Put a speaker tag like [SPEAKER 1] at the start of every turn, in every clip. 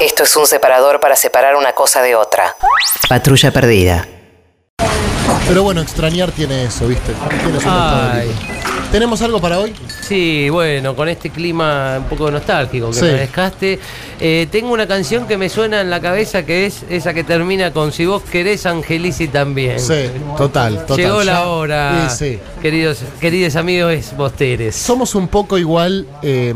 [SPEAKER 1] Esto es un separador para separar una cosa de otra.
[SPEAKER 2] Patrulla perdida.
[SPEAKER 3] Pero bueno, extrañar tiene eso, ¿viste? Tiene su
[SPEAKER 4] Ay.
[SPEAKER 3] nostalgia. ¿Tenemos algo para hoy?
[SPEAKER 4] Sí, bueno, con este clima un poco nostálgico que
[SPEAKER 3] Sí.
[SPEAKER 4] me dejaste. eh, tengo una canción que me suena en la cabeza que es esa que termina con Si vos querés, Angelici también.
[SPEAKER 3] Sí, total, total.
[SPEAKER 4] Llegó
[SPEAKER 3] Ya-
[SPEAKER 4] la hora,
[SPEAKER 3] Sí, sí.
[SPEAKER 4] queridos, queridos amigos es bosteres.
[SPEAKER 3] Somos un poco igual, eh,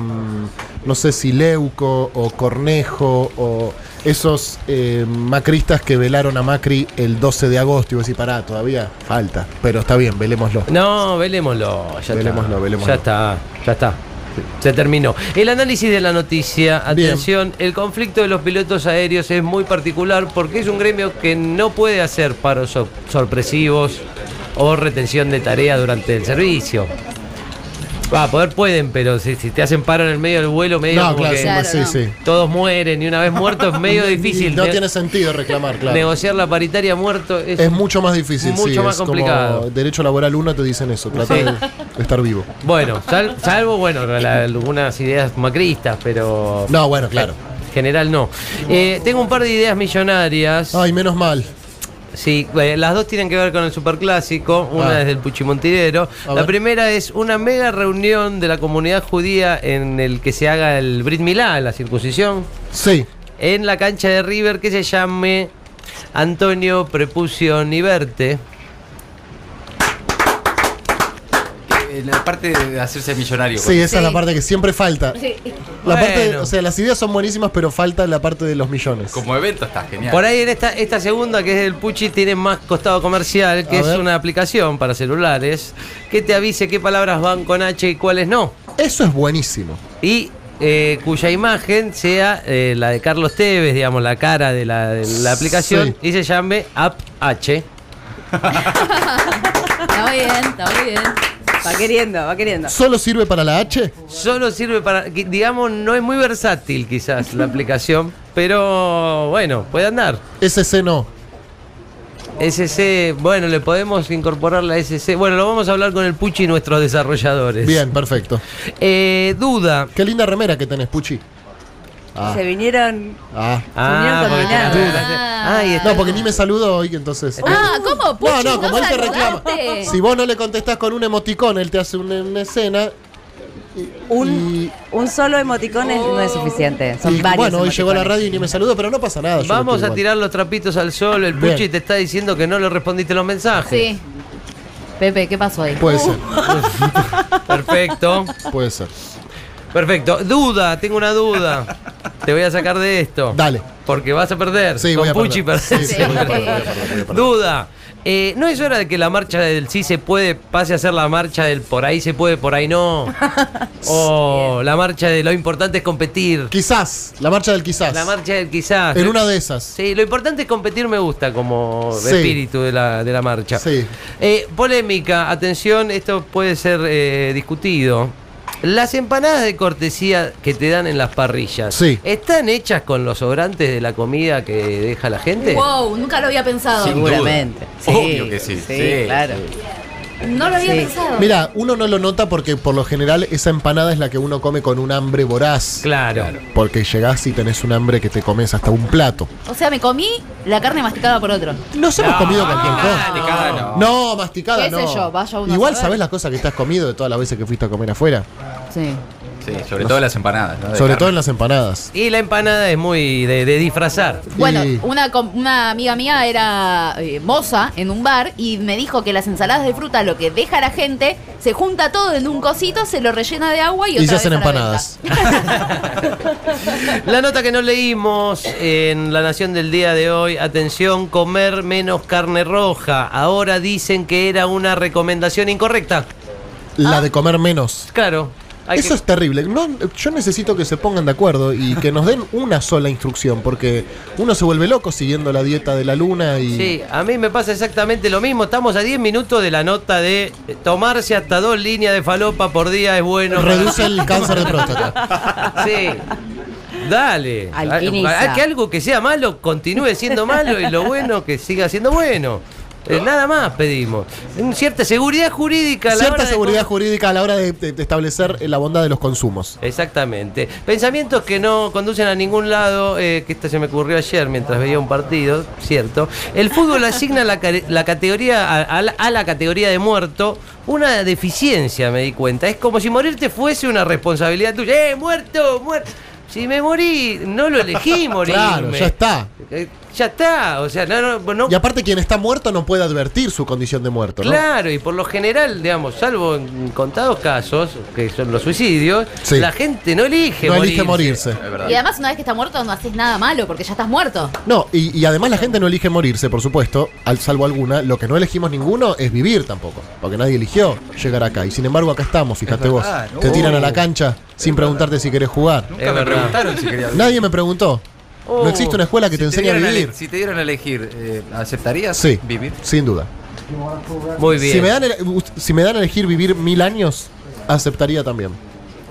[SPEAKER 3] no sé si Leuco o Cornejo o esos eh, macristas que velaron a Macri el 12 de agosto. Y vos decís, pará, todavía falta. Pero está bien, velémoslo.
[SPEAKER 4] No, velémoslo, ya
[SPEAKER 3] Velémoslo,
[SPEAKER 4] está.
[SPEAKER 3] velémoslo.
[SPEAKER 4] Ya está, ya está. Se terminó. El análisis de la noticia,
[SPEAKER 3] Bien.
[SPEAKER 4] atención, el conflicto de los pilotos aéreos es muy particular porque es un gremio que no puede hacer paros sor- sorpresivos o retención de tarea durante el servicio. Va, a poder pueden, pero si, si te hacen paro en el medio del vuelo, medio
[SPEAKER 3] No,
[SPEAKER 4] como
[SPEAKER 3] claro,
[SPEAKER 4] que
[SPEAKER 3] sí, sí,
[SPEAKER 5] no.
[SPEAKER 3] sí.
[SPEAKER 4] todos mueren y una vez muertos es medio difícil.
[SPEAKER 3] Y No
[SPEAKER 4] Ne-
[SPEAKER 3] tiene sentido reclamar, claro.
[SPEAKER 4] Negociar la paritaria muerto es,
[SPEAKER 3] Es mucho más difícil, sí.
[SPEAKER 4] Mucho más
[SPEAKER 3] es como
[SPEAKER 4] complicado.
[SPEAKER 3] derecho laboral 1 te dicen eso, trata
[SPEAKER 4] Sí.
[SPEAKER 3] de estar vivo.
[SPEAKER 4] Bueno, sal- salvo, bueno, la- algunas ideas macristas, pero.
[SPEAKER 3] No, bueno, claro.
[SPEAKER 4] En general no. Eh, tengo un par de ideas millonarias.
[SPEAKER 3] Ay, menos mal.
[SPEAKER 4] Sí, eh, las dos tienen que ver con el superclásico. Una
[SPEAKER 3] Ah.
[SPEAKER 4] es del Puchimontirero.
[SPEAKER 3] A
[SPEAKER 4] La
[SPEAKER 3] ver.
[SPEAKER 4] primera es una mega reunión de la comunidad judía en el que se haga el Brit Milá, la circuncisión,
[SPEAKER 3] Sí,
[SPEAKER 4] en la cancha de River que se llame Antonio Prepucio Niverte.
[SPEAKER 6] Eh, La parte de hacerse millonario.
[SPEAKER 3] sí, esa es la
[SPEAKER 5] Sí.
[SPEAKER 3] parte que siempre falta.
[SPEAKER 5] Sí.
[SPEAKER 3] La parte, de-
[SPEAKER 4] Bueno.
[SPEAKER 3] o sea, las ideas son buenísimas, pero falta la parte de los millones.
[SPEAKER 6] Como evento está genial.
[SPEAKER 4] Por ahí en esta, esta segunda, que es el Puchi, tiene más costado comercial, que
[SPEAKER 3] A
[SPEAKER 4] es
[SPEAKER 3] ver.
[SPEAKER 4] una aplicación para celulares, que te avise qué palabras van con H y cuáles no.
[SPEAKER 3] Eso es buenísimo.
[SPEAKER 4] Y eh, cuya imagen sea eh, la de Carlos Tevez, digamos, la cara de la, de la aplicación,
[SPEAKER 3] Sí.
[SPEAKER 4] y se llame App H.
[SPEAKER 5] Está muy bien, está muy bien. Va queriendo, va queriendo.
[SPEAKER 3] ¿Solo sirve para la H?
[SPEAKER 4] Solo sirve para, que, digamos, no es muy versátil quizás la aplicación, pero bueno, puede andar.
[SPEAKER 3] SC no.
[SPEAKER 4] SC, bueno, le podemos incorporar la SC. Bueno, lo vamos a hablar con el Puchi y nuestros desarrolladores.
[SPEAKER 3] Bien, perfecto.
[SPEAKER 4] Eh, duda.
[SPEAKER 3] Qué linda remera que tenés, Puchi. Ah,
[SPEAKER 5] Se vinieron.
[SPEAKER 3] ah.
[SPEAKER 4] Ah,
[SPEAKER 5] Señor
[SPEAKER 4] porque
[SPEAKER 5] Caminante.
[SPEAKER 4] tenés duda. Ah, Ay, está-
[SPEAKER 3] No, porque ni me saludo hoy, entonces.
[SPEAKER 5] Ah, ¿cómo?
[SPEAKER 3] No,
[SPEAKER 5] Puchi,
[SPEAKER 3] no, como él te reclama.
[SPEAKER 5] saludaste.
[SPEAKER 3] Si vos no le contestás con un emoticón, él te hace una, una escena.
[SPEAKER 7] Un, un solo emoticón es- no es suficiente. Son
[SPEAKER 3] y
[SPEAKER 7] varios.
[SPEAKER 3] bueno, hoy llegó a la
[SPEAKER 7] emoticones.
[SPEAKER 3] radio y ni me saludó, pero no pasa nada. yo lo
[SPEAKER 4] Vamos
[SPEAKER 3] quiero
[SPEAKER 4] a
[SPEAKER 3] igual.
[SPEAKER 4] tirar los trapitos al sol. El
[SPEAKER 3] Bien.
[SPEAKER 4] Puchi te está diciendo que no le respondiste los mensajes.
[SPEAKER 5] Sí. Pepe, ¿qué pasó ahí?
[SPEAKER 3] Puede ser,
[SPEAKER 4] Perfecto.
[SPEAKER 3] puede ser.
[SPEAKER 4] Perfecto. Duda, tengo una duda. Te voy a sacar de esto.
[SPEAKER 3] Dale.
[SPEAKER 4] Porque vas a perder.
[SPEAKER 3] Sí,
[SPEAKER 4] Con
[SPEAKER 3] voy a
[SPEAKER 4] Puchi
[SPEAKER 3] perder. Sí,
[SPEAKER 4] perdés.
[SPEAKER 3] sí, voy a perder, voy a perder, voy a perder.
[SPEAKER 4] Duda. Eh, ¿No es hora de que la marcha del sí se puede pase a ser la marcha del por ahí se puede, por ahí no? o la marcha de lo importante es competir.
[SPEAKER 3] Quizás, la marcha del quizás.
[SPEAKER 4] La marcha del quizás.
[SPEAKER 3] En una de esas.
[SPEAKER 4] Sí, lo importante es competir me gusta como
[SPEAKER 3] Sí.
[SPEAKER 4] espíritu de la, de la marcha.
[SPEAKER 3] Sí.
[SPEAKER 4] Eh, polémica, atención, esto puede ser eh, discutido. Las empanadas de cortesía que te dan en las parrillas,
[SPEAKER 3] Sí.
[SPEAKER 4] ¿están hechas con los sobrantes de la comida que deja la gente?
[SPEAKER 5] Wow, nunca lo había pensado.
[SPEAKER 6] Sin duda.
[SPEAKER 7] Seguramente. Sí,
[SPEAKER 6] Obvio que sí. sí,
[SPEAKER 7] claro.
[SPEAKER 5] No lo había
[SPEAKER 7] Sí.
[SPEAKER 5] pensado.
[SPEAKER 3] Mira, uno no lo nota porque por lo general esa empanada es la que uno come con un hambre voraz.
[SPEAKER 4] Claro.
[SPEAKER 3] Porque llegás y tenés un hambre que te comes hasta un plato.
[SPEAKER 5] O sea, me comí la carne masticada por otro.
[SPEAKER 3] Nos hemos comido cualquier cosa.
[SPEAKER 4] Ah.
[SPEAKER 6] Masticada no.
[SPEAKER 3] No, masticada
[SPEAKER 5] ¿Qué sé
[SPEAKER 3] no.
[SPEAKER 5] yo? Vaya uno a
[SPEAKER 3] Igual
[SPEAKER 5] saber.
[SPEAKER 3] sabés las cosas que estás comido de todas las veces que fuiste a comer afuera.
[SPEAKER 5] Sí.
[SPEAKER 6] Sí, sobre todo las empanadas. ¿no? De
[SPEAKER 3] Sobre
[SPEAKER 6] carne.
[SPEAKER 3] todo en las empanadas.
[SPEAKER 4] Y la empanada es muy de, de disfrazar.
[SPEAKER 5] Bueno,
[SPEAKER 3] Y-
[SPEAKER 5] una, com- una amiga mía era eh, moza en un bar y me dijo que las ensaladas de fruta, lo que deja la gente, se junta todo en un cosito, se lo rellena de agua y,
[SPEAKER 3] Y
[SPEAKER 5] otra
[SPEAKER 3] se hacen
[SPEAKER 5] vez a la
[SPEAKER 3] empanadas.
[SPEAKER 4] La nota que no leímos en La Nación del día de hoy, atención, comer menos carne roja. Ahora dicen que era una recomendación incorrecta.
[SPEAKER 3] La de comer menos.
[SPEAKER 4] Claro. hay
[SPEAKER 3] Eso
[SPEAKER 4] que-
[SPEAKER 3] es terrible. No, yo necesito que se pongan de acuerdo y que nos den una sola instrucción, porque uno se vuelve loco siguiendo la dieta de la luna y.
[SPEAKER 4] Sí, a mí me pasa exactamente lo mismo. Estamos a 10 minutos de la nota de eh, tomarse hasta dos líneas de falopa por día es bueno. para-
[SPEAKER 3] Reduce el cáncer de próstata.
[SPEAKER 4] Sí. Dale.
[SPEAKER 7] Alquiniza.
[SPEAKER 4] Ah, Que algo que sea malo continúe siendo malo y lo bueno que siga siendo bueno. Eh, nada más pedimos. Un Cierta seguridad jurídica. a la hora
[SPEAKER 3] Cierta
[SPEAKER 4] de
[SPEAKER 3] seguridad
[SPEAKER 4] con-
[SPEAKER 3] jurídica a la hora de, de- de establecer eh, la bondad de los consumos.
[SPEAKER 4] Exactamente. Pensamientos que no conducen a ningún lado, eh, que esta se me ocurrió ayer mientras veía un partido, cierto. El fútbol asigna la, care- la categoría a, a la, a la categoría de muerto una deficiencia, me di cuenta. Es como si morirte fuese una responsabilidad tuya. ¡Eh, muerto, muerto! Si me morí, no lo elegí morirme.
[SPEAKER 3] Claro, ya está.
[SPEAKER 4] Eh, Ya está, o sea, no, no, no
[SPEAKER 3] Y aparte, quien está muerto no puede advertir su condición de muerto, ¿no?
[SPEAKER 4] Claro, y por lo general, digamos, salvo en contados casos, que son los suicidios,
[SPEAKER 3] Sí.
[SPEAKER 4] la gente no elige
[SPEAKER 3] No
[SPEAKER 4] morirse.
[SPEAKER 3] elige morirse.
[SPEAKER 5] Y además, una vez que estás muerto, no haces nada malo porque ya estás muerto.
[SPEAKER 3] No, y, y además la gente no elige morirse, por supuesto, al salvo alguna. Lo que no elegimos ninguno es vivir tampoco, porque nadie eligió llegar acá. Y sin embargo, acá estamos, fíjate vos.
[SPEAKER 6] verdad, oh. ¿no?
[SPEAKER 3] Te tiran a la cancha sin preguntarte si querés jugar.
[SPEAKER 4] Es
[SPEAKER 6] Nunca me
[SPEAKER 4] verdad.
[SPEAKER 6] preguntaron si quería
[SPEAKER 3] Nadie me preguntó.
[SPEAKER 4] Oh.
[SPEAKER 3] No existe una escuela que
[SPEAKER 6] Si
[SPEAKER 3] te enseñe a
[SPEAKER 6] dieran ele-
[SPEAKER 3] vivir.
[SPEAKER 6] Si te dieran a elegir, eh, ¿aceptarías
[SPEAKER 3] Sí,
[SPEAKER 6] vivir?
[SPEAKER 3] sin duda.
[SPEAKER 4] Muy bien.
[SPEAKER 3] Si me, dan ele- us- si me dan a elegir vivir mil años, aceptaría también.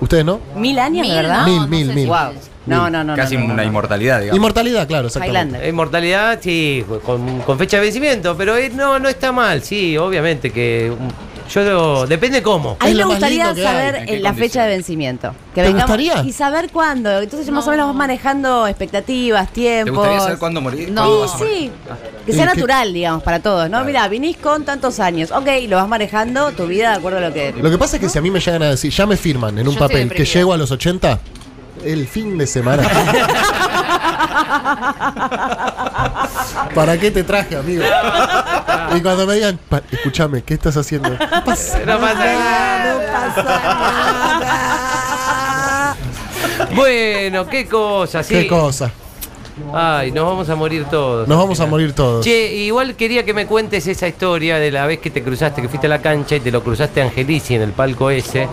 [SPEAKER 3] ¿Ustedes no?
[SPEAKER 7] Mil años,
[SPEAKER 5] Mil,
[SPEAKER 7] ¿verdad?
[SPEAKER 5] ¿no?
[SPEAKER 3] Mil, mil,
[SPEAKER 5] sé
[SPEAKER 3] mil.
[SPEAKER 5] si-
[SPEAKER 7] Wow. No, no, no.
[SPEAKER 6] Casi
[SPEAKER 7] no, no,
[SPEAKER 6] una
[SPEAKER 7] no.
[SPEAKER 6] inmortalidad, digamos.
[SPEAKER 3] Inmortalidad, claro, exactamente.
[SPEAKER 7] Highlander.
[SPEAKER 4] Eh, Mortalidad, sí, pues, con, con fecha de vencimiento, pero eh, no, no está mal, sí, obviamente que mm, yo lo- depende cómo.
[SPEAKER 7] A mí
[SPEAKER 3] Es
[SPEAKER 7] me
[SPEAKER 3] lo más
[SPEAKER 7] gustaría
[SPEAKER 3] lindo que hay.
[SPEAKER 7] saber
[SPEAKER 6] ¿En qué
[SPEAKER 7] eh, la
[SPEAKER 6] condición?
[SPEAKER 7] fecha de vencimiento. Que
[SPEAKER 3] ¿Te gustaría?
[SPEAKER 7] Y saber cuándo. Entonces ya más o menos vas manejando expectativas,
[SPEAKER 6] ¿Te
[SPEAKER 7] tiempos.
[SPEAKER 6] gustaría saber cuándo morir?
[SPEAKER 5] No.
[SPEAKER 6] ¿Cuándo
[SPEAKER 7] Y
[SPEAKER 6] vas a morir?
[SPEAKER 7] sí, que
[SPEAKER 3] Y
[SPEAKER 7] sea
[SPEAKER 3] que-
[SPEAKER 7] natural, digamos, para todos, ¿no? Mira, vinís con tantos años, ok, lo vas manejando tu vida de acuerdo a lo que...
[SPEAKER 3] Lo que pasa es que si a mí me llegan a decir, ya me firman en un
[SPEAKER 5] Yo estoy
[SPEAKER 3] papel que
[SPEAKER 5] deprimida.
[SPEAKER 3] llego a los 80, el fin de semana. ¿Para qué te traje, amigo? Y cuando me digan, "Pa- escúchame, ¿qué estás haciendo? No pasa
[SPEAKER 4] No pasa
[SPEAKER 7] Ah,
[SPEAKER 4] nada.
[SPEAKER 7] no pasa nada.
[SPEAKER 4] Bueno, qué cosa, sí.
[SPEAKER 3] Qué cosa.
[SPEAKER 4] Ay, nos vamos a morir todos.
[SPEAKER 3] Nos vamos a morir todos.
[SPEAKER 4] Che, igual quería que me cuentes esa historia de la vez que te cruzaste, que fuiste a la cancha y te lo cruzaste a Angelici en el palco ese,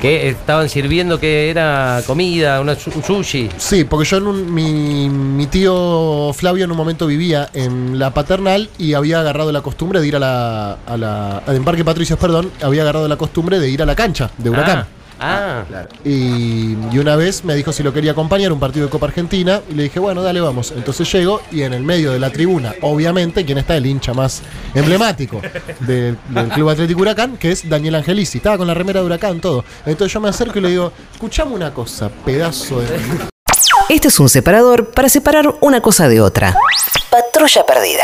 [SPEAKER 4] que estaban sirviendo que era comida, una su- un sushi.
[SPEAKER 3] Sí, porque yo en un- mi, mi tío Flavio en un momento vivía en la paternal y había agarrado la costumbre de ir a la, a la al Parque Patricios, perdón, había agarrado la costumbre de ir a la cancha de Huracán.
[SPEAKER 4] Ah, ah.
[SPEAKER 6] Claro.
[SPEAKER 3] Y, y una vez me dijo si lo quería acompañar a un partido de Copa Argentina y le dije, bueno, dale, vamos. Entonces llego y en el medio de la tribuna, obviamente, quien está el hincha más emblemático del, del Club Atlético Huracán, que es Daniel Angelici. Estaba con la remera de Huracán, todo. Entonces yo me acerco y le digo, escuchame una cosa, pedazo de...
[SPEAKER 2] Este es un separador para separar una cosa de otra.
[SPEAKER 1] Patrulla perdida.